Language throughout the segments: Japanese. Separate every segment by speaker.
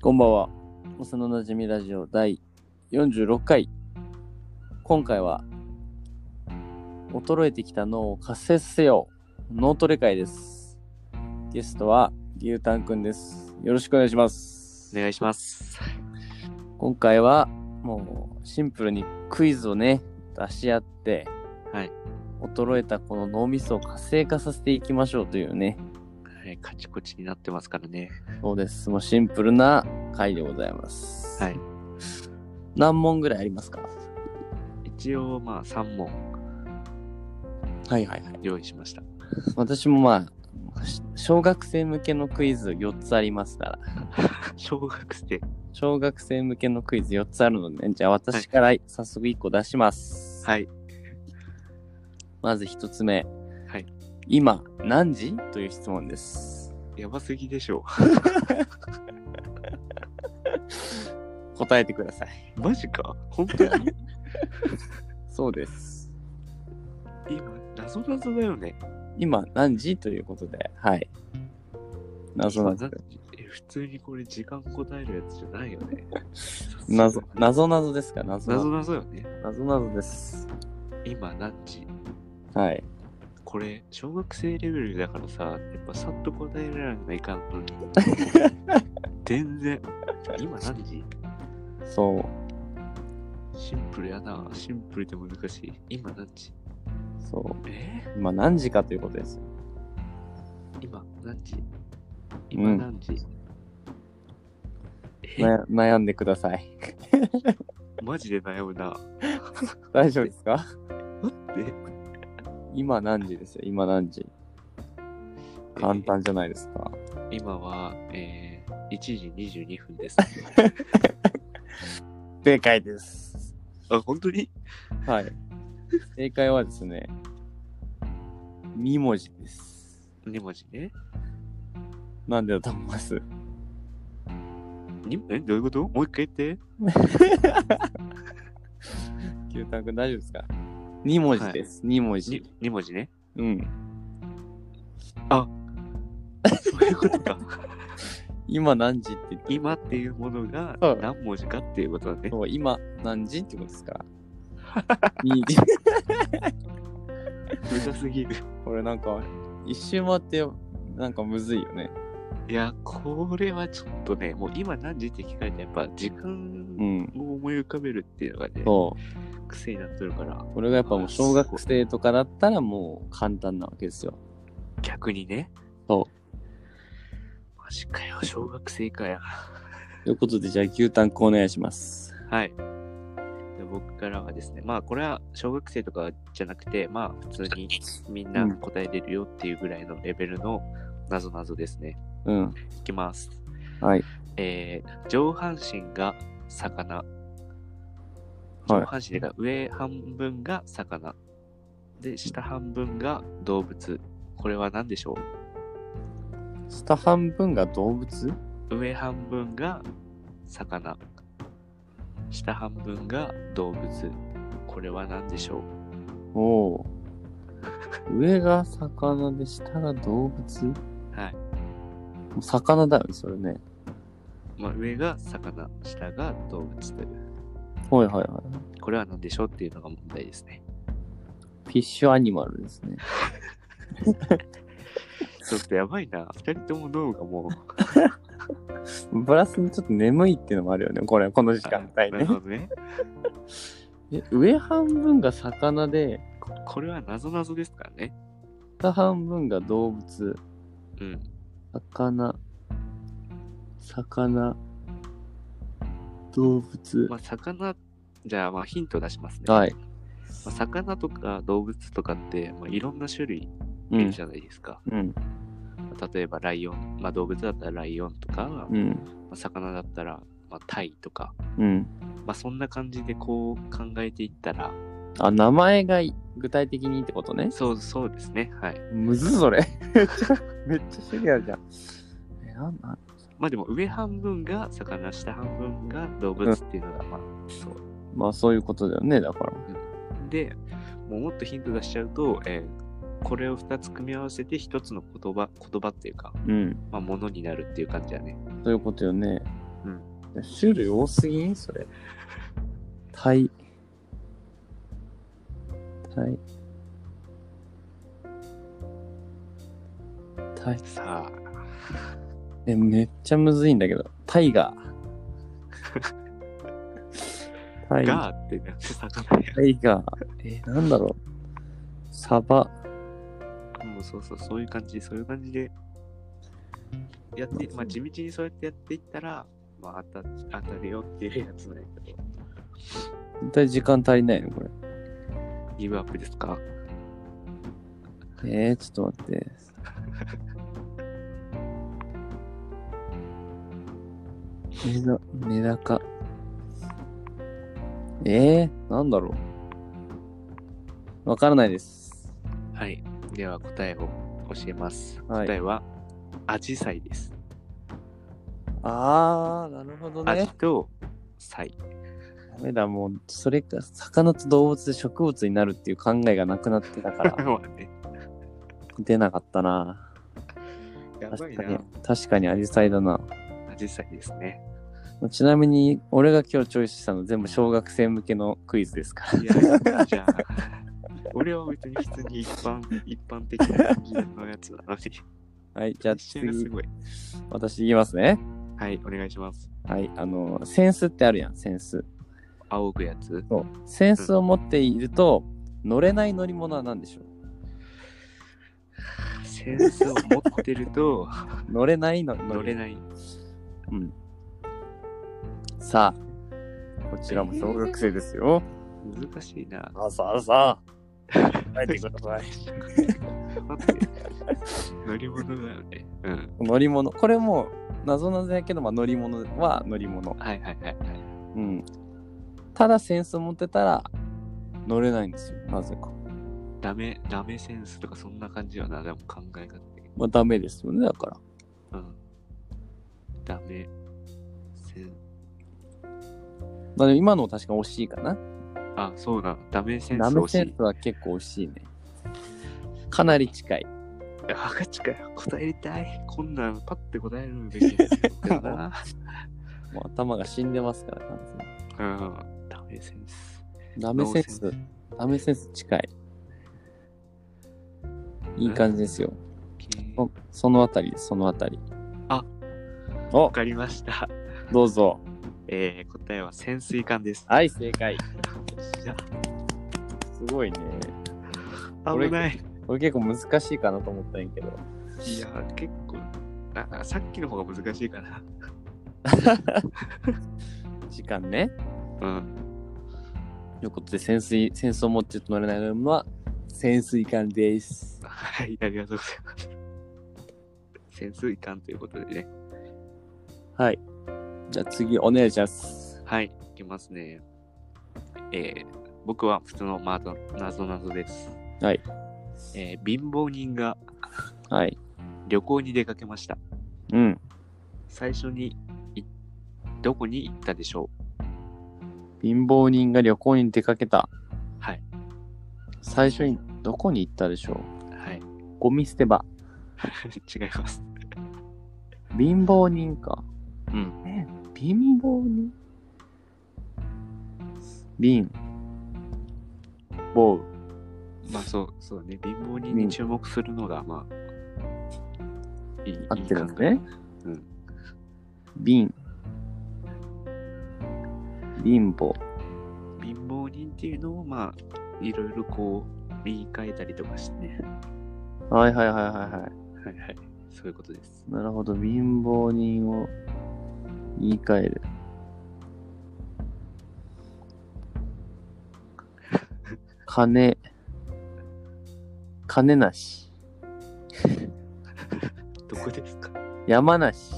Speaker 1: こんばんは。幼なじみラジオ第46回。今回は、衰えてきた脳を活性させよう。脳トレ会です。ゲストは、牛タンくんです。よろしくお願いします。
Speaker 2: お願いします。
Speaker 1: 今回は、もう、シンプルにクイズをね、出し合って、
Speaker 2: はい
Speaker 1: 衰えたこの脳みそを活性化させていきましょうというね。
Speaker 2: はい、カチコチになってますからね。
Speaker 1: そうです。もうシンプルな回でございます。
Speaker 2: はい。
Speaker 1: 何問ぐらいありますか
Speaker 2: 一応、まあ、3問
Speaker 1: はいはいはい。
Speaker 2: 用意しました。
Speaker 1: 私もまあ、し小学生向けのクイズ4つありますから、
Speaker 2: 小学生。
Speaker 1: 小学生向けのクイズ4つあるので、じゃあ私から早速1個出します。
Speaker 2: はい。
Speaker 1: まず1つ目。
Speaker 2: はい
Speaker 1: 今、何時という質問です。
Speaker 2: やばすぎでしょ。
Speaker 1: 答えてください。
Speaker 2: マジか本当 に
Speaker 1: そうです。
Speaker 2: 今、謎謎だよね。
Speaker 1: 今、何時ということで、はい。謎な
Speaker 2: 今え普通にこれ時間答えるやつじゃないよね。
Speaker 1: 謎、謎謎ですか謎
Speaker 2: 謎
Speaker 1: 謎
Speaker 2: 謎よね。
Speaker 1: 謎謎です。
Speaker 2: 今何時
Speaker 1: はい。
Speaker 2: これ、小学生レベルだからさ、やっぱさっと答えられないかん のに。全然。今何時
Speaker 1: そう。
Speaker 2: シンプルやな。シンプルで難しい。今何時
Speaker 1: そう。
Speaker 2: え
Speaker 1: 今何時かということです。
Speaker 2: ー今何時今何時、え
Speaker 1: な悩んでください。
Speaker 2: マジで悩むな。
Speaker 1: 大丈夫ですか
Speaker 2: で
Speaker 1: 今何時ですよ、今何時。簡単じゃないですか。
Speaker 2: 今は、えー、1時22分 です。
Speaker 1: 正解です。
Speaker 2: あ、本当に
Speaker 1: はい。正解はですね、2文字です。
Speaker 2: ?2 文字ね。
Speaker 1: なんでだと思います
Speaker 2: にえ、どういうこともう一回言って。
Speaker 1: 牛タン君大丈夫ですか ?2 文字です。2文字。
Speaker 2: 2文字ね。
Speaker 1: うん。
Speaker 2: そういうこと か。
Speaker 1: 今何時って言って
Speaker 2: 今っていうものが
Speaker 1: そう
Speaker 2: 何文字かっていうことだね。
Speaker 1: そう今何時ってことですか ?2 時。
Speaker 2: むずすぎる。
Speaker 1: これなんか、一周回って、なんかむずいよね。
Speaker 2: いや、これはちょっとね、もう今何時って聞かれて、やっぱ時
Speaker 1: う
Speaker 2: 間
Speaker 1: ん。
Speaker 2: を思い浮かべるっていうのがね、
Speaker 1: そう。
Speaker 2: 癖になってるから、
Speaker 1: これがやっぱもう小学生とかだったらもう簡単なわけですよ。
Speaker 2: 逆にね。。
Speaker 1: そう
Speaker 2: マジかよ、小学生かよ。
Speaker 1: ということで、じゃあ牛タンくんお願いします。
Speaker 2: はい。で僕からはですね、まあこれは小学生とかじゃなくて、まあ普通にみんな答えれるよっていうぐらいのレベルのなぞなぞですね。
Speaker 1: うん。
Speaker 2: いきます。
Speaker 1: はい。
Speaker 2: えー、上半身が魚。上
Speaker 1: は
Speaker 2: 半身が上半分が魚。で、下半分が動物。これは何でしょ
Speaker 1: い。下半分が動物
Speaker 2: う上半分が魚。下半分が動物。これは何でしょう
Speaker 1: おおう。上が魚で下が動物
Speaker 2: はい。
Speaker 1: もう魚だよね、それね。
Speaker 2: まあ、上が魚、下が動物という。
Speaker 1: はいはいは
Speaker 2: これは何でしょうっていうのが問題ですね。
Speaker 1: い。フィッシュアニマルですね。
Speaker 2: ちょっとやばいな。二人とも脳がもう。
Speaker 1: プラスにちょっと眠いっていうのもあるよね、これ、この時間帯
Speaker 2: なる
Speaker 1: ね。
Speaker 2: ほどね。
Speaker 1: え上半分が魚で、
Speaker 2: ここれは謎謎ですからね。
Speaker 1: 下半分が動物。
Speaker 2: うん。
Speaker 1: 魚魚動物
Speaker 2: まあ、魚、じゃあ、まあ、ヒント出しますね。
Speaker 1: はい。
Speaker 2: まあ、魚とか動物とかって、まあ、いろんな種類
Speaker 1: う
Speaker 2: いる
Speaker 1: ん
Speaker 2: じゃないですか。
Speaker 1: うん
Speaker 2: まあ例えば、ライオン。まあ、動物だったらライオンとか、ま
Speaker 1: うん
Speaker 2: あ、魚だったら、まあ、タイとか。
Speaker 1: うん
Speaker 2: まあ、そんな感じでこう考えていったら、
Speaker 1: あ名前がい具体的にってことね
Speaker 2: そう、そうですね。はい。
Speaker 1: むずっそれ めっちゃシリアルじゃんえなんなん
Speaker 2: まあでも上半分が魚、下半分が動物っていうのが、まあそう。
Speaker 1: まあそういうことだよねだから
Speaker 2: で、もうもっとヒント出しちゃうと、えーこれを2つ組み合わせて1つの言葉、言葉っていうか、
Speaker 1: うん
Speaker 2: まあ、ものになるっていう感じだね。
Speaker 1: そういうことよね種類多すぎんそれ。タイ。タイ。タイ。
Speaker 2: さあ、
Speaker 1: え、めっちゃむずいんだけど。タイガ ー。タイガー。
Speaker 2: ガーってなんて魚 や。
Speaker 1: タイガー。え、なんだろう。サバ。
Speaker 2: もうそうそう、そういう感じ、そういう感じで、やって、まあ、地道にそうやってやっていったら、まあ、当た当たるよっていうやつなんやけど、
Speaker 1: 絶対時間足りないのこれ。
Speaker 2: ギブアップですか
Speaker 1: えー、ちょっと待って。メダ、メダカ。えー、なんだろう。わからないです。
Speaker 2: はい。では答えを教えます。
Speaker 1: はい
Speaker 2: 答えは、アジサイです。
Speaker 1: あー、なるほど
Speaker 2: アジ
Speaker 1: ね。
Speaker 2: とサイ。
Speaker 1: ダメだ、もう、それか、魚と動物で植物になるっていう考えがなくなってたか ら、
Speaker 2: まあね
Speaker 1: 出なかったな。
Speaker 2: やば
Speaker 1: 確
Speaker 2: い
Speaker 1: かに
Speaker 2: な。、
Speaker 1: 確かにアジサイだな。
Speaker 2: アジサイですね。
Speaker 1: ちなみに、俺が今日チョイスしたの全部小学生向けのクイズですから。
Speaker 2: いや、じゃあ、俺は別に普通に一般、一般的な感じのやつなのに。
Speaker 1: はい、じゃあ
Speaker 2: 一瞬がす
Speaker 1: 次、
Speaker 2: ごい。
Speaker 1: 私言いますね。
Speaker 2: はい、お願いします。
Speaker 1: はい、あの、センスってあるやん、センス。
Speaker 2: 仰ぐやつ。
Speaker 1: そうセンスを持っていると、乗れない乗り物は何でしょ
Speaker 2: センスを持ってる と、
Speaker 1: う乗れないの
Speaker 2: 乗れ
Speaker 1: い。
Speaker 2: ない。
Speaker 1: うん。さあ、こちらも小学生ですよ。
Speaker 2: 難しいな。
Speaker 1: あさあさあ。書いてください。
Speaker 2: 待って乗り物だよね。うん。
Speaker 1: 乗り物。これも、謎なんだけど、まあ、乗り物は乗り物。
Speaker 2: はいはいはいはい。
Speaker 1: うん。ただセンスを持ってたら、乗れないんですよ。なぜか。
Speaker 2: ダメ、ダメセンスとかそんな感じよな、でも考え方的に。
Speaker 1: まあ、ダメですよね、だから。
Speaker 2: うん。ダメセン
Speaker 1: まあ、でも今のも確か惜しいかな。
Speaker 2: あ、そうなの。ダメセンス
Speaker 1: ダメ
Speaker 2: 欲し
Speaker 1: セン
Speaker 2: い
Speaker 1: ス。は結構惜しいね。かなり近い。
Speaker 2: あ、ガチかよ。答えたい。こんなんパッて答えるべきだ ったな。
Speaker 1: もう頭が死んでますから、完
Speaker 2: うん。ダメセンス。
Speaker 1: 全に。ダメセンス、
Speaker 2: ノー
Speaker 1: ダメセンス近い。いい感じですよ。
Speaker 2: わ
Speaker 1: おそのあたりです、そのあたり。
Speaker 2: あ
Speaker 1: お、
Speaker 2: かりました。
Speaker 1: どうぞ。
Speaker 2: えー、答えは潜水艦です。
Speaker 1: はい、正解。
Speaker 2: いや
Speaker 1: すごいね。
Speaker 2: 危ない。
Speaker 1: これ結構難しいかなと思ったんやけど。
Speaker 2: いや、結構、あさっきの方が難しいかな。
Speaker 1: 時間ね。
Speaker 2: うん。
Speaker 1: ということで、潜水、潜水を持って乗れないのは、潜水艦です。
Speaker 2: はい、ありがとうございます。潜水艦ということでね。
Speaker 1: はい。じゃあ次、お願いします。
Speaker 2: はい、いきますね。えー、僕は普通のまあなぞなぞです。
Speaker 1: はい。
Speaker 2: えー、貧乏人が
Speaker 1: はい。
Speaker 2: 旅行に出かけました。
Speaker 1: うん。
Speaker 2: 最初にいどこに行ったでしょ
Speaker 1: 貧乏人が旅行に出かけた。
Speaker 2: うはい。
Speaker 1: 最初にどこに行ったでしょう
Speaker 2: はい。
Speaker 1: ゴミ捨て場。
Speaker 2: 違います。
Speaker 1: 貧乏人か。
Speaker 2: うん。
Speaker 1: え、貧乏人貧。乏。
Speaker 2: まあそう、そうね。貧乏人に注目するのが、まあ、いい。
Speaker 1: 合ってるん
Speaker 2: いい考
Speaker 1: ね。
Speaker 2: うん。
Speaker 1: 貧。貧乏。
Speaker 2: え貧乏人っていうのを、まあ、いろいろこう、言い換えたりとかしてね。
Speaker 1: はいはいはいはいは
Speaker 2: はいはい。そういうことです。
Speaker 1: い。なるほど。貧乏人を言い換える。金。金なし。
Speaker 2: どこです か
Speaker 1: 山梨。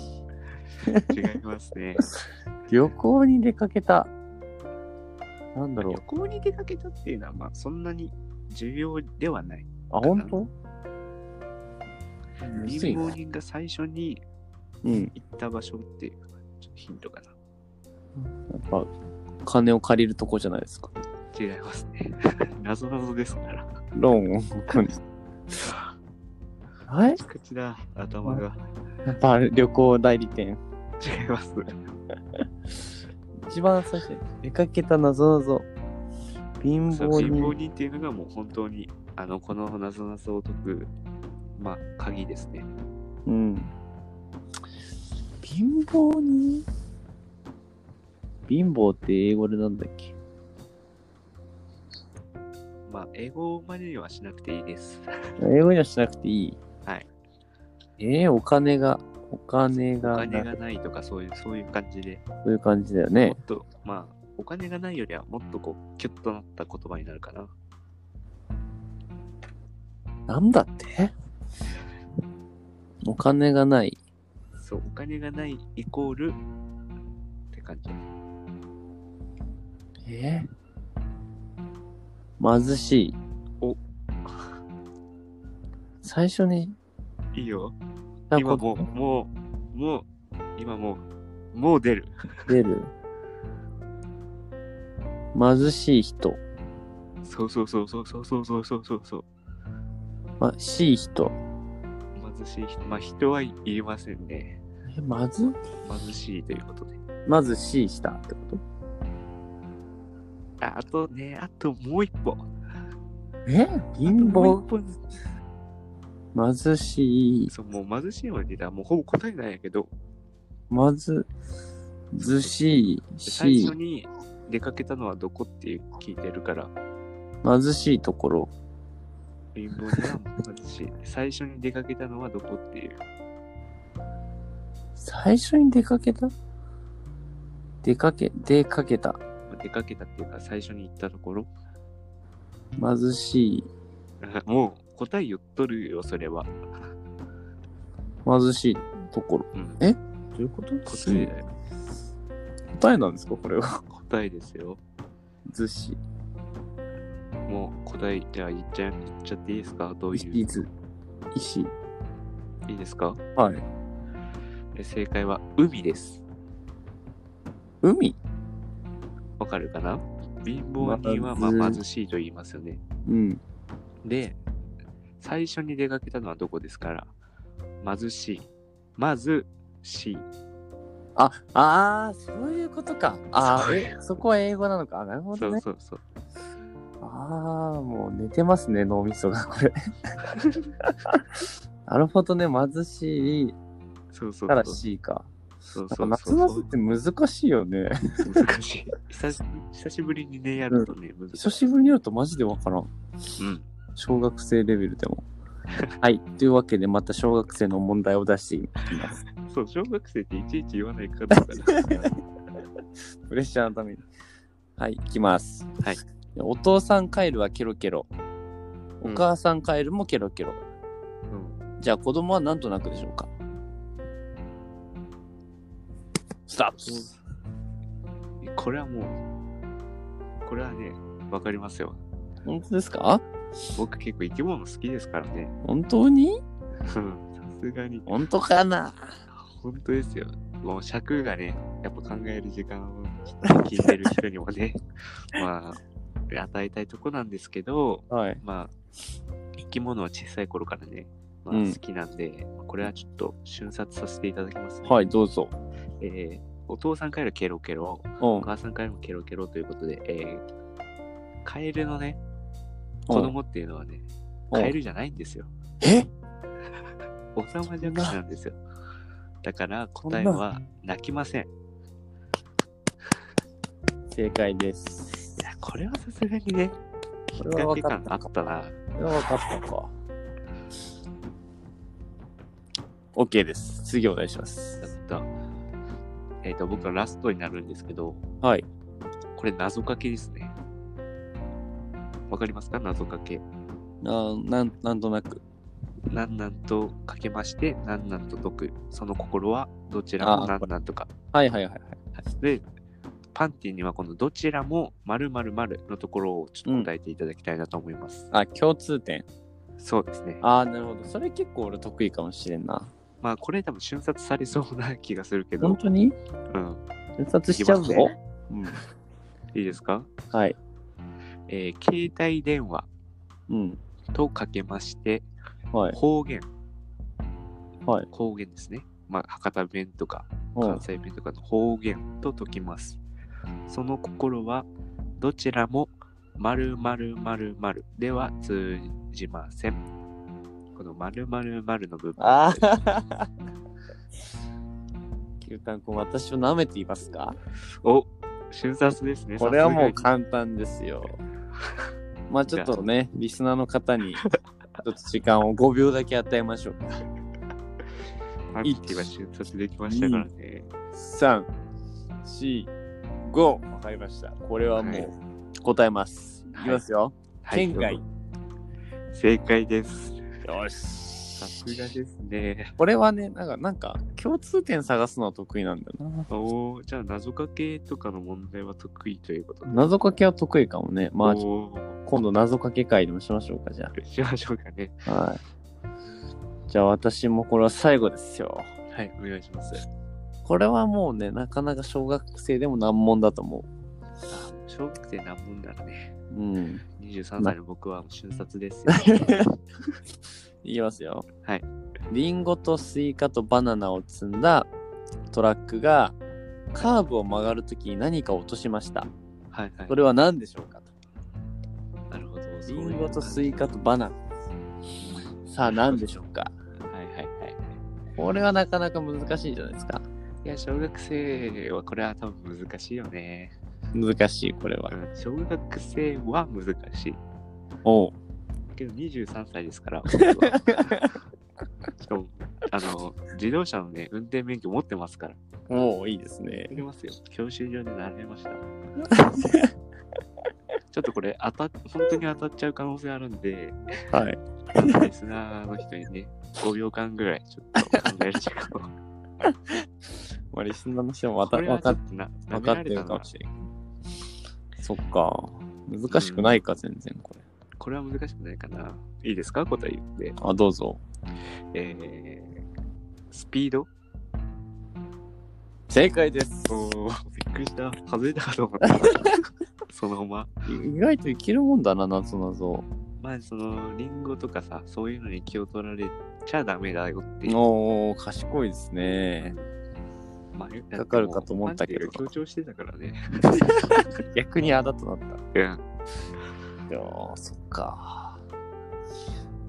Speaker 2: 違いますね。
Speaker 1: 旅行に出かけた。なんだろう
Speaker 2: 旅。行に出かけたっていうのは、まあ、そんなに重要ではない。
Speaker 1: あ、本当むず
Speaker 2: 貧
Speaker 1: いな
Speaker 2: 乏人が最初に
Speaker 1: うん。
Speaker 2: 行った場所っていうのがちょっとヒントかな。
Speaker 1: やっぱ、金を借りるとこじゃないですか。
Speaker 2: 違いますね。 謎謎ですから。
Speaker 1: ローンをここに。はい
Speaker 2: カチカチだ、頭が。
Speaker 1: やっぱ旅行代理店。
Speaker 2: 違います。
Speaker 1: 一番最初に出かけた謎謎貧
Speaker 2: そう
Speaker 1: 乏
Speaker 2: 貧乏
Speaker 1: 人
Speaker 2: 人っていうのがもう本当にあのこの謎々を解く、まあ、鍵ですね。
Speaker 1: うん貧乏人貧乏って英語でなんだっけ
Speaker 2: まあ、英語までにはしなくていいです。
Speaker 1: 英語にはしなくていい
Speaker 2: はい
Speaker 1: えー、お金がお金
Speaker 2: お
Speaker 1: が
Speaker 2: 金
Speaker 1: な
Speaker 2: がないとかそういうそういう感じで、
Speaker 1: そういう感じだよ
Speaker 2: も
Speaker 1: ね
Speaker 2: っと、まあ、お金がないよりはもっとこう、キュッとなった言葉になるかな。
Speaker 1: なんだってお金がない
Speaker 2: そう、お金がないイコールって感じ。
Speaker 1: えー貧しい。
Speaker 2: お
Speaker 1: 最初に、
Speaker 2: いいよ。
Speaker 1: なん
Speaker 2: 今
Speaker 1: か
Speaker 2: もう、もう、もう、今もう、もう出る。
Speaker 1: 出る。貧しい人。
Speaker 2: そうそうそうそうそうそうそうそうそうそう。
Speaker 1: ま、しい人。
Speaker 2: 貧しい人、まあ人はいりませんね。
Speaker 1: え、まず
Speaker 2: 貧しいということで。
Speaker 1: まずしいしたってこ
Speaker 2: ああとね、あともう一歩。
Speaker 1: とえ貧
Speaker 2: も
Speaker 1: 乏
Speaker 2: う一歩
Speaker 1: 貧しい。
Speaker 2: そう、もう貧しいまで出たらもうほぼ答えなんやけど、
Speaker 1: まず、ずしい、
Speaker 2: 最
Speaker 1: しい
Speaker 2: 初、に出かけたのはどこって聞いてるから、
Speaker 1: 貧しいところ。
Speaker 2: 貧乏には貧しい。最初に出かけたのはどこっていう。
Speaker 1: 最初に出かけた出かけ、出かけた。
Speaker 2: まあ出かけたっていうか、最初に行ったところ。
Speaker 1: 貧しい、
Speaker 2: あ もう答え言っとるよ、それは。
Speaker 1: 貧しいところ。
Speaker 2: うん。
Speaker 1: どういうこと
Speaker 2: 答えだよ。
Speaker 1: 答えなんですかこれは。
Speaker 2: 答えですよ。
Speaker 1: ずし。
Speaker 2: もう答え、じゃあ言っちゃ言っちゃっていいですかどういう。
Speaker 1: 石図。石。
Speaker 2: いいですか
Speaker 1: はい。
Speaker 2: え正解は海です。
Speaker 1: 海
Speaker 2: わかるかな貧乏人はま
Speaker 1: ま
Speaker 2: あ
Speaker 1: あず
Speaker 2: 貧しいと言いますよね。
Speaker 1: うん。
Speaker 2: で、最初に出かけたのはどこですから貧しい。まず、しい。
Speaker 1: あ、あー、そういうことか。あ
Speaker 2: そう
Speaker 1: ー、えそこは英語なのか。あなるほ
Speaker 2: そ
Speaker 1: ど
Speaker 2: う
Speaker 1: ね。
Speaker 2: そうそう。
Speaker 1: あー、もう寝てますね、脳みそが、 これ。なるほどね、貧しい
Speaker 2: そうそう
Speaker 1: から
Speaker 2: そう。
Speaker 1: しいか。
Speaker 2: そ
Speaker 1: な
Speaker 2: う
Speaker 1: ん
Speaker 2: そ
Speaker 1: か
Speaker 2: う
Speaker 1: 夏
Speaker 2: そう
Speaker 1: の
Speaker 2: そ
Speaker 1: 夏
Speaker 2: う
Speaker 1: っ。て難しいよね。
Speaker 2: 難しい。久し久しぶりにね、やるとね、難しい。
Speaker 1: 久しぶりにやるとマジでわからん。
Speaker 2: うん。
Speaker 1: 小学生レベルでも。はい。というわけで、また小学生の問題を出していきます。
Speaker 2: そう、小学生っていちいち言わないからだから。
Speaker 1: プレッシャーのために。はい、いきます。
Speaker 2: はい。
Speaker 1: お父さんカエルはケロケロ。お
Speaker 2: うん
Speaker 1: 母さんカエルもケロケロ。
Speaker 2: うん
Speaker 1: じゃあ子供はなんとなくでしょうかスター
Speaker 2: これはもう、これはね、わかりますよ。
Speaker 1: ト本当ですか
Speaker 2: 僕結構生き物好きですからね。
Speaker 1: 本当に
Speaker 2: うんさすがに。
Speaker 1: 本当かな
Speaker 2: 本当ですよ。もう尺がね、やっぱ考える時間を聞いてる人にもね、 まあ、与えたいとこなんですけど、
Speaker 1: はい。
Speaker 2: まあ、生き物は小さい頃からね、まあ、
Speaker 1: うん
Speaker 2: 好きなんで、これはちょっと瞬殺させていただきます、ね。
Speaker 1: はい、どうぞ。
Speaker 2: えーお父さんからケロケロ、
Speaker 1: うん
Speaker 2: お。母さんからもケロケロということで、えーカエルのね、子供っていうのはね、
Speaker 1: うん
Speaker 2: カエルじゃないんですよ。
Speaker 1: え
Speaker 2: おさまじゃくしなんですよ。だから答えは泣きません。
Speaker 1: 正解です。
Speaker 2: いや、これはさすがにね、
Speaker 1: こ
Speaker 2: きっ
Speaker 1: れは
Speaker 2: かけ
Speaker 1: 分か
Speaker 2: 感
Speaker 1: った
Speaker 2: あったな。
Speaker 1: これは分かったか。OK です。次お願いします
Speaker 2: だ。った。えっ、と、僕はラストになるんですけど、
Speaker 1: はい。
Speaker 2: これ謎かけですね。わかりますか謎かけ。
Speaker 1: あーなん、なんとなく。
Speaker 2: なんなんとかけまして、なんなんと解く。その心はどちらも
Speaker 1: あー
Speaker 2: なんなんとか。
Speaker 1: はいはいはいはい。
Speaker 2: はいで、パンティにはこのどちらも〇〇〇のところをちょっと答えていただきたいなと思います。
Speaker 1: あ、共通点。
Speaker 2: そうですね。
Speaker 1: ああ、なるほど。それ結構俺得意かもしれんな。
Speaker 2: まあ、これ多分瞬殺されそうな気がするけど
Speaker 1: 本、当に
Speaker 2: うん。
Speaker 1: 自殺しちゃうぞ
Speaker 2: いきます。
Speaker 1: うん、
Speaker 2: いいですか
Speaker 1: はい。
Speaker 2: えー携帯電話
Speaker 1: うん。
Speaker 2: とかけまして、
Speaker 1: はい。
Speaker 2: 方言、
Speaker 1: はい。
Speaker 2: 方言ですね。まあ、博多弁とか
Speaker 1: う
Speaker 2: 関西弁とかの方言と解きます。その心はどちらも〇〇〇〇では通じません。この〇〇〇の部分。
Speaker 1: ああ。 牛タン君、私を舐めていますか
Speaker 2: お瞬殺ですね。
Speaker 1: これはもう
Speaker 2: さすが
Speaker 1: 簡単です よ。まあちょっとね、リスナーの方に、ちょっと時間を5秒だけ与えましょう。
Speaker 2: にパンティは瞬殺できましたからね。
Speaker 1: 3、4、5。わかりました。これはも
Speaker 2: は
Speaker 1: う答えます。い
Speaker 2: はい
Speaker 1: きますよ。
Speaker 2: はい
Speaker 1: 県外。
Speaker 2: 正解です。
Speaker 1: よ
Speaker 2: さ
Speaker 1: し
Speaker 2: すがですね。
Speaker 1: これはね、なんか、なんか、共通点探すのは得意なんだよな。
Speaker 2: おお、じゃあ謎かけとかの問題は得意ということで。
Speaker 1: 謎かけは得意かもね。まあ、
Speaker 2: お
Speaker 1: 今度謎かけ会でもしましょうか、じゃ
Speaker 2: ーしましょうかね。
Speaker 1: あ。はい。じゃあ私もこれは最後ですよ。
Speaker 2: はい、お願いします。
Speaker 1: これはもうね、なかなか小学生でも難問だと思
Speaker 2: あ小学生なもんだらね。
Speaker 1: う。うん。
Speaker 2: 23歳の僕は瞬殺です よ。
Speaker 1: いきますよ。
Speaker 2: はい。
Speaker 1: リンゴとスイカとバナナを積んだトラックがカーブを曲がるときに何か落としました。
Speaker 2: はいはい
Speaker 1: そ。れは何でしょうかと。
Speaker 2: なるほど。そう
Speaker 1: リ
Speaker 2: いう
Speaker 1: ンゴとスイカとバナナ。さあ何でしょうか
Speaker 2: はいはいはい。
Speaker 1: これはなかなか難しいんじゃないですか。
Speaker 2: いや、小学生はこれは多分難しいよね。
Speaker 1: 難しい、これは
Speaker 2: う。ん、小学生は難しい。
Speaker 1: おう。
Speaker 2: けど23歳で すから、僕はしかも、あの、自動車のね、運転免許持ってますから。
Speaker 1: おう、いいですね
Speaker 2: い。りますよ。教習所で習い ました。ちょっとこれ当たっ、本当に当たっちゃう可能性あるんで、
Speaker 1: はい。
Speaker 2: リスナーの人にね、5秒間ぐらいちょっと考える時間を。
Speaker 1: まあ、リスナーの人も わた
Speaker 2: これは
Speaker 1: わ
Speaker 2: ち
Speaker 1: か
Speaker 2: ょ
Speaker 1: っ
Speaker 2: っとな
Speaker 1: 分かっ
Speaker 2: 舐めら
Speaker 1: てる
Speaker 2: れた
Speaker 1: か
Speaker 2: な
Speaker 1: もしれん。そっか。難しくないか、全然これ。
Speaker 2: これは難しくないかな。いいですか答え言って。
Speaker 1: あ、どうぞ。
Speaker 2: えー、スピード
Speaker 1: 正解です。
Speaker 2: おーびっくりした。外れたかと 思った。そのまま。
Speaker 1: 意外といけるもんだな、なぞなぞ。
Speaker 2: まあ、その、リンゴとかさ、そういうのに気を取られちゃダメだよっていう。
Speaker 1: おー、賢いですね。
Speaker 2: まあ、
Speaker 1: かかるかと思ったけど
Speaker 2: パンティが強調してたからね。
Speaker 1: 逆にあだとなった。
Speaker 2: うん。
Speaker 1: いやー、そっか。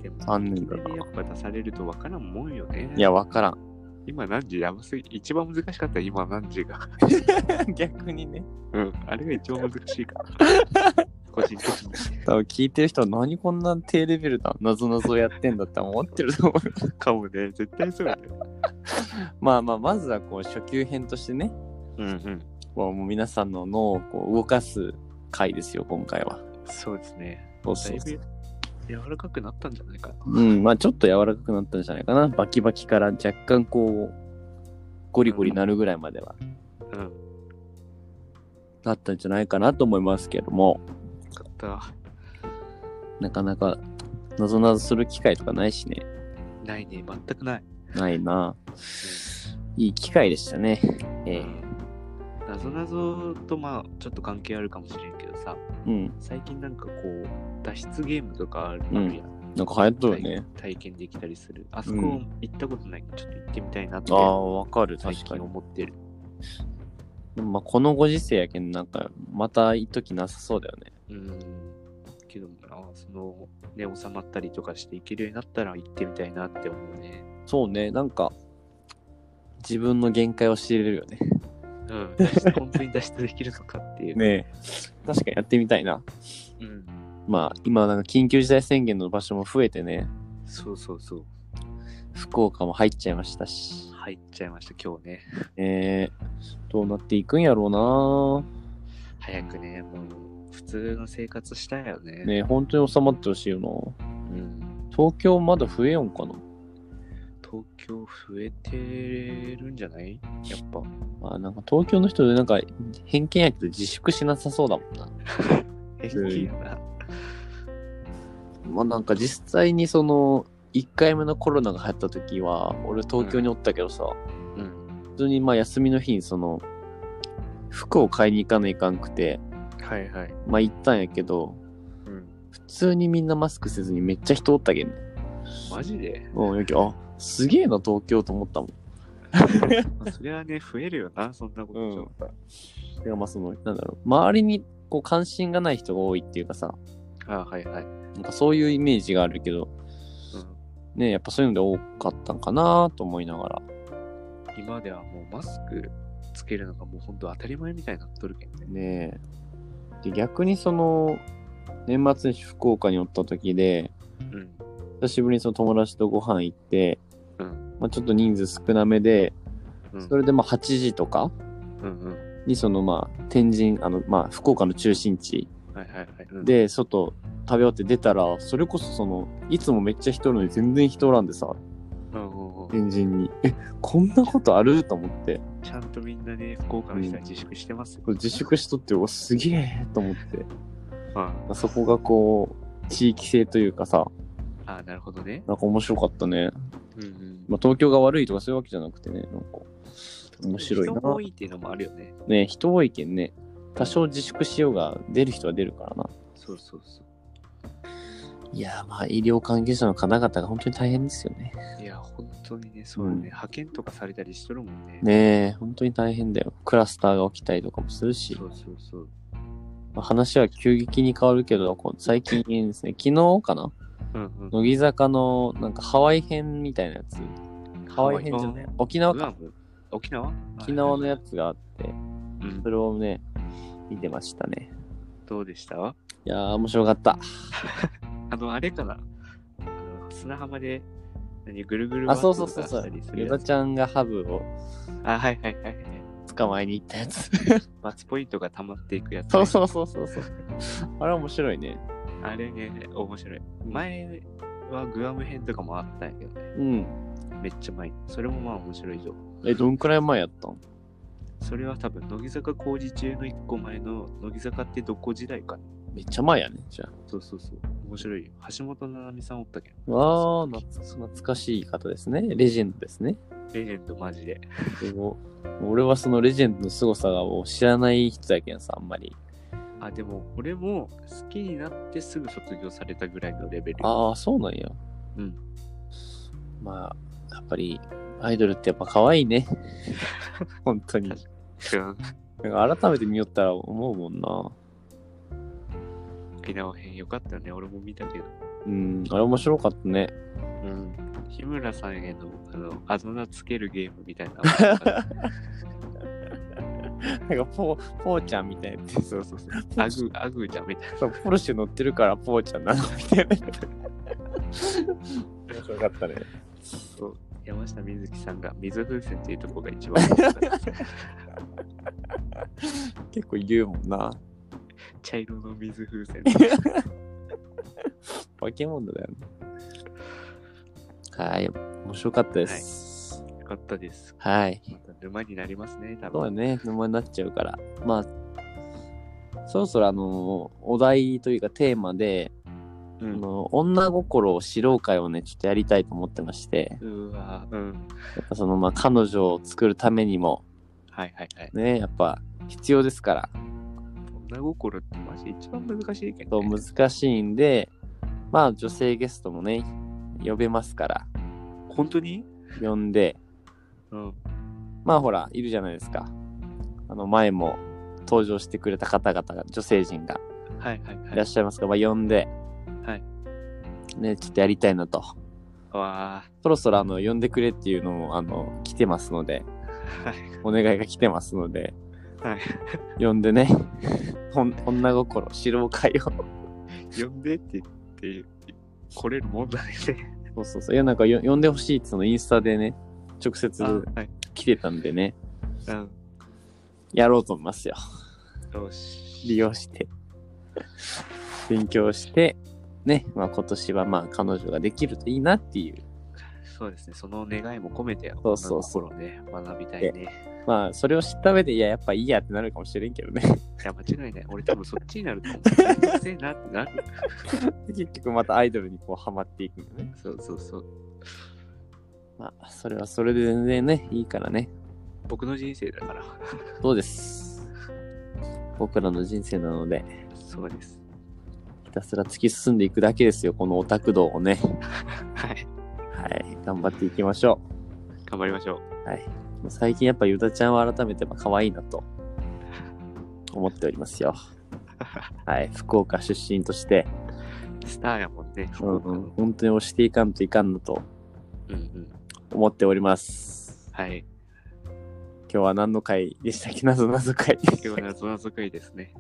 Speaker 2: でも、
Speaker 1: 残念だ
Speaker 2: いきなり
Speaker 1: な
Speaker 2: や。っぱ出されるとわからんもんよね。
Speaker 1: いや、、わから ん。
Speaker 2: 今何時やばすぎ。一番難しかった、今何時が。
Speaker 1: 逆にね。
Speaker 2: うん。あれが一番難しいから。 個人的に。
Speaker 1: 多分聞いてる人は何こんな低レベルななぞなぞやってんだって思ってると思う。
Speaker 2: かもね。絶対そうだね。
Speaker 1: まあまあ、まずはこう初級編としてね、
Speaker 2: うんうん。
Speaker 1: こうもう皆さんの脳をこう動かす回ですよ、今回は。
Speaker 2: そうですね。
Speaker 1: そう
Speaker 2: だ
Speaker 1: そ
Speaker 2: いうぶ
Speaker 1: そう。
Speaker 2: 柔らかくなったんじゃないかな。
Speaker 1: うん、まあちょっと柔らかくなったんじゃないかな。バキバキから若干こう、ゴリゴリなるぐらいまでは
Speaker 2: うん。よ
Speaker 1: なったんじゃないかなと思いますけども、
Speaker 2: かった。
Speaker 1: なかなかなぞなぞする機会とかないしね。
Speaker 2: ないね。全くない。
Speaker 1: ないな。いい機会でしたね。え
Speaker 2: なぞなぞとまあちょっと関係あるかもしれんけどさ
Speaker 1: えうん。
Speaker 2: 最近なんかこう脱出ゲームとかあるやん、
Speaker 1: なんか流行っとるね。
Speaker 2: 体体験できたりするあそこ
Speaker 1: うん
Speaker 2: 行ったことないからちょっと行ってみたいなって
Speaker 1: ああ、わかる、
Speaker 2: 最
Speaker 1: 確か
Speaker 2: 近
Speaker 1: に。
Speaker 2: 思ってる
Speaker 1: まあ、このご時世やけん、なんか、また一時なさそうだよね。
Speaker 2: うんけどあそのね収まったりとかして行けるようになったら行ってみたいなって思うね
Speaker 1: そうね、なんか、自分の限界を知れるよね。
Speaker 2: うん脱出本当に脱出できるのかっていう、
Speaker 1: ね確かにやってみたいな。
Speaker 2: うん、
Speaker 1: まあ、今、なんか緊急事態宣言の場所も増えてね、
Speaker 2: そうそうそう
Speaker 1: 福岡も入っちゃいましたし、
Speaker 2: 入っちゃいました今日ね
Speaker 1: えー、どうなっていくんやろ
Speaker 2: 早くねもう普通の生活したいよね
Speaker 1: うな。ね本当に収まってほしいよな。
Speaker 2: うん
Speaker 1: 東京まだ増えよんかな。
Speaker 2: 東京増えてるんじゃないやっぱ。
Speaker 1: まあ、なんか東京の人でなんか偏見やけど自粛しなさそうだもんな。気
Speaker 2: 平気
Speaker 1: や
Speaker 2: やな。
Speaker 1: まあなんか実際にその1回目のコロナが流行った時は俺東京におったけどさ、
Speaker 2: うん。
Speaker 1: 普通にまあ休みの日にその服を買いに行かないかんくて
Speaker 2: はいはい。
Speaker 1: まあ行ったんやけど
Speaker 2: うん。
Speaker 1: 普通にみんなマスクせずにめっちゃ人おったけんね
Speaker 2: マジで
Speaker 1: うんやけあすげえな東京と思ったもん
Speaker 2: まあそれはね、増えるよ な、そんなこと
Speaker 1: うん
Speaker 2: ちょっと。
Speaker 1: てかまあその、なんだろう、周りにこう関心がない人が多いっていうかさ、
Speaker 2: あはいはい。うん
Speaker 1: なんかそういうイメージがあるけど、ね、やっぱそういうので多かったんかなと思いながら。
Speaker 2: 今まではもうマスクつけるのがもう本当当たり前みたいになっとるけんね。
Speaker 1: ねえで逆にその、年末に福岡におった時で、
Speaker 2: うん。
Speaker 1: 久しぶりにその友達とご飯行って、
Speaker 2: うん
Speaker 1: まあ、ちょっと人数少なめで、
Speaker 2: うん
Speaker 1: それでまあ8時とか
Speaker 2: うんうん。
Speaker 1: にそのまあ天神、あのまあ福岡の中心地
Speaker 2: はいはいはい。うん、
Speaker 1: で外食べ終わって出たら、それこそその、いつもめっちゃ人おるのに全然人おらんでさ、
Speaker 2: うんうんうん、
Speaker 1: 天神に。え、こんなことあると思って、
Speaker 2: ちゃんとみんなね、福岡の人は自粛してますよ。
Speaker 1: これ自粛しとって、うわ、すげえと思って。
Speaker 2: あ
Speaker 1: そこがこう、地域性というかさ、
Speaker 2: ああ、なるほどね。
Speaker 1: なんか面白かったね。
Speaker 2: うんうん
Speaker 1: まあ、東京が悪いとかそういうわけじゃなくてね、なんか、面白いな
Speaker 2: 人。も多いっていうのもあるよね。
Speaker 1: ね人多いけんね、多少自粛しようが、出る人は出るからな。
Speaker 2: そうそうそ
Speaker 1: いやー、まあ、医療関係者の方々が本当に大変ですよね。
Speaker 2: う。いや、本当にね、そうだね、
Speaker 1: うん
Speaker 2: 派遣とかされたりしとるもんね。
Speaker 1: ねえ、本当に大変だよ。クラスターが起きたりとかもするし、
Speaker 2: そうそうそう。
Speaker 1: まあ話は急激に変わるけど、こう最近ですね、昨日かな
Speaker 2: うんうん。
Speaker 1: 乃木坂のなんかハワイ編みたいなやつ。ハワイ編じゃない
Speaker 2: うん
Speaker 1: 沖縄
Speaker 2: グア
Speaker 1: か。
Speaker 2: ム沖縄
Speaker 1: 沖縄の
Speaker 2: ね。
Speaker 1: やつがあって、
Speaker 2: うん
Speaker 1: それをね、見てましたね。
Speaker 2: どうでした
Speaker 1: いやー、面白かった。
Speaker 2: あの、あれかなあの砂浜で、何、ぐるぐる
Speaker 1: あ、
Speaker 2: バッ
Speaker 1: そ
Speaker 2: ト
Speaker 1: うそ
Speaker 2: と
Speaker 1: うそうそう
Speaker 2: かしたりす。る
Speaker 1: ヨ
Speaker 2: や
Speaker 1: ダ
Speaker 2: つ
Speaker 1: ちゃんがハブを
Speaker 2: あ、はいはいはいはい。
Speaker 1: 捕まえに行ったや つ。
Speaker 2: バツポイントが溜まっていくやつね。
Speaker 1: そうそうそうそうそう。あれ面白いね。
Speaker 2: あれね、面白い。前はグアム編とかもあったんやけどね。
Speaker 1: うん。
Speaker 2: めっちゃ前に。それもまあ面白いぞ。
Speaker 1: え、どんくらい前やったん
Speaker 2: それは多分、乃木坂工事中の一個前の、乃木坂ってどこ時代かな。
Speaker 1: めっちゃ前やね、じゃあ。
Speaker 2: そうそうそう。面白いよ。橋本奈々美さんおったけど。
Speaker 1: わー、懐懐かしい方ですね。レジェンドですね。
Speaker 2: レジェンドマジで。
Speaker 1: でも俺はそのレジェンドの凄さを知らない人やけんさ、あんまり。
Speaker 2: あ、でも、俺も好きになってすぐ卒業されたぐらいのレベル。
Speaker 1: ああ、そうなんや。
Speaker 2: うん。
Speaker 1: まあ、やっぱり、アイドルってやっぱ可愛い ね。本当に。
Speaker 2: うん
Speaker 1: なんか改めて見よったら思うもんな。
Speaker 2: 沖縄編よかったね。俺も見たけど。
Speaker 1: うん、あれ面白かったね。
Speaker 2: うん。日村さんへの、あの、あだ名つけるゲームみたい なのあったから。
Speaker 1: なんかポー、ポーちゃんみたいなやつ。
Speaker 2: そうそうそう。アグ、アグーちゃんみたいな。
Speaker 1: そうポルシェ乗ってるからポーちゃんなのみたいな。面白かったね。
Speaker 2: そう山下美月さんが水風船っていうとこが一番面 白かったです
Speaker 1: 結構言うもんな。
Speaker 2: 茶色の水風船。
Speaker 1: 化け物だよね。はい、面白かったです。
Speaker 2: よかったです。
Speaker 1: はい。
Speaker 2: また沼になりますね、
Speaker 1: そ
Speaker 2: 多
Speaker 1: うだ
Speaker 2: 分。
Speaker 1: ね、沼になっちゃうから。まあ、そろそろあの、お題というかテーマで、
Speaker 2: う
Speaker 1: あ
Speaker 2: ん、
Speaker 1: の女心を知ろう会をね、ちょっとやりたいと思ってまして、
Speaker 2: うわうん。
Speaker 1: やっぱその、まあ、彼女を作るためにも、
Speaker 2: はいはいはい。
Speaker 1: ね、やっぱ必要ですから、
Speaker 2: 女心ってマジで一番難しいけ
Speaker 1: そ
Speaker 2: ど、
Speaker 1: う
Speaker 2: ね。
Speaker 1: 難しいんで、まあ、女性ゲストもね、呼べますから、
Speaker 2: 本当に
Speaker 1: 呼んで、
Speaker 2: うん。
Speaker 1: まあほら、いるじゃないですか。あの、前も登場してくれた方々が、女性陣が
Speaker 2: はいはいはい
Speaker 1: らっ
Speaker 2: い。
Speaker 1: しゃいますから、まあ呼んで、
Speaker 2: はい。
Speaker 1: ね、ちょっとやりたいなと。
Speaker 2: わ
Speaker 1: そろそろあの、呼んでくれっていうのも、あの、来てますので、
Speaker 2: ーはい。
Speaker 1: お願いが来てますので、
Speaker 2: はい。
Speaker 1: 呼んでね、 ほん女心、知ろう会を。
Speaker 2: 呼んでって言って、来れるもんだね。
Speaker 1: そうそうそう。いや、なんかよ呼んでほしいってそのインスタでね、直接
Speaker 2: あはい。
Speaker 1: 来てたんでね、
Speaker 2: うん。
Speaker 1: やろうと思いますよ。
Speaker 2: よし。
Speaker 1: 利用して、勉強して、ね、まあ今年はまあ彼女ができるといいなっていう。
Speaker 2: そうですね。その願いも込めて、
Speaker 1: そうそうそ
Speaker 2: 女心ね、学びたいね。
Speaker 1: まあそれを知った上で、いや、やっぱいいやってなるかもしれんけどね。
Speaker 2: いや、間違いない。俺多分そっちになると思う。うるせえなってなる。
Speaker 1: 結局またアイドルにこうハマっていくのね。
Speaker 2: そうそうそう。
Speaker 1: まあそれはそれで全然ね、いいからね。
Speaker 2: 僕の人生だから。
Speaker 1: そうです。僕らの人生なので、
Speaker 2: そうです。
Speaker 1: ひたすら突き進んでいくだけですよ、このオタク道をね。
Speaker 2: はい。
Speaker 1: はい、頑張っていきましょう。
Speaker 2: 頑張りましょう。
Speaker 1: はい。最近やっぱゆだちゃんは改めてまあ可愛いなと思っておりますよ。はい。福岡出身として、
Speaker 2: スターやもんね。
Speaker 1: う
Speaker 2: 福
Speaker 1: ん
Speaker 2: 岡
Speaker 1: う
Speaker 2: の
Speaker 1: ん、本当に推していかんといかんなと
Speaker 2: うんうん。
Speaker 1: 思っております。
Speaker 2: はい。
Speaker 1: 今日は何の回でしたっけ謎謎回。
Speaker 2: 今日は謎謎いですね。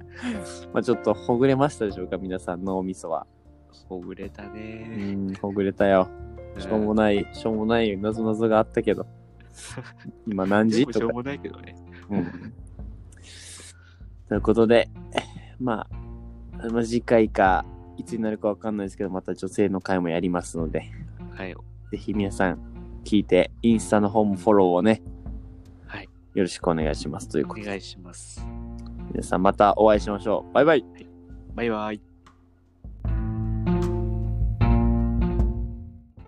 Speaker 1: まあちょっとほぐれましたでしょうか皆さんのお味噌は。
Speaker 2: ほぐれた
Speaker 1: う
Speaker 2: ね。
Speaker 1: ん、ほぐれたよ。しょうもない、しょうもない謎謎があったけど。今何時
Speaker 2: 全部し
Speaker 1: と
Speaker 2: ょう
Speaker 1: か。
Speaker 2: もないけどね。
Speaker 1: うんということで、まあ、まあ次回か、いつになるかわかんないですけど、また女性の会もやりますので、
Speaker 2: はい。
Speaker 1: ぜひ皆さん聞いて、インスタの方もフォローをね、
Speaker 2: はい。
Speaker 1: よろしくお願いしますという
Speaker 2: お
Speaker 1: ことで、
Speaker 2: 願いします。
Speaker 1: 皆さんまたお会いしましょう。バイバイ
Speaker 2: バイバイ。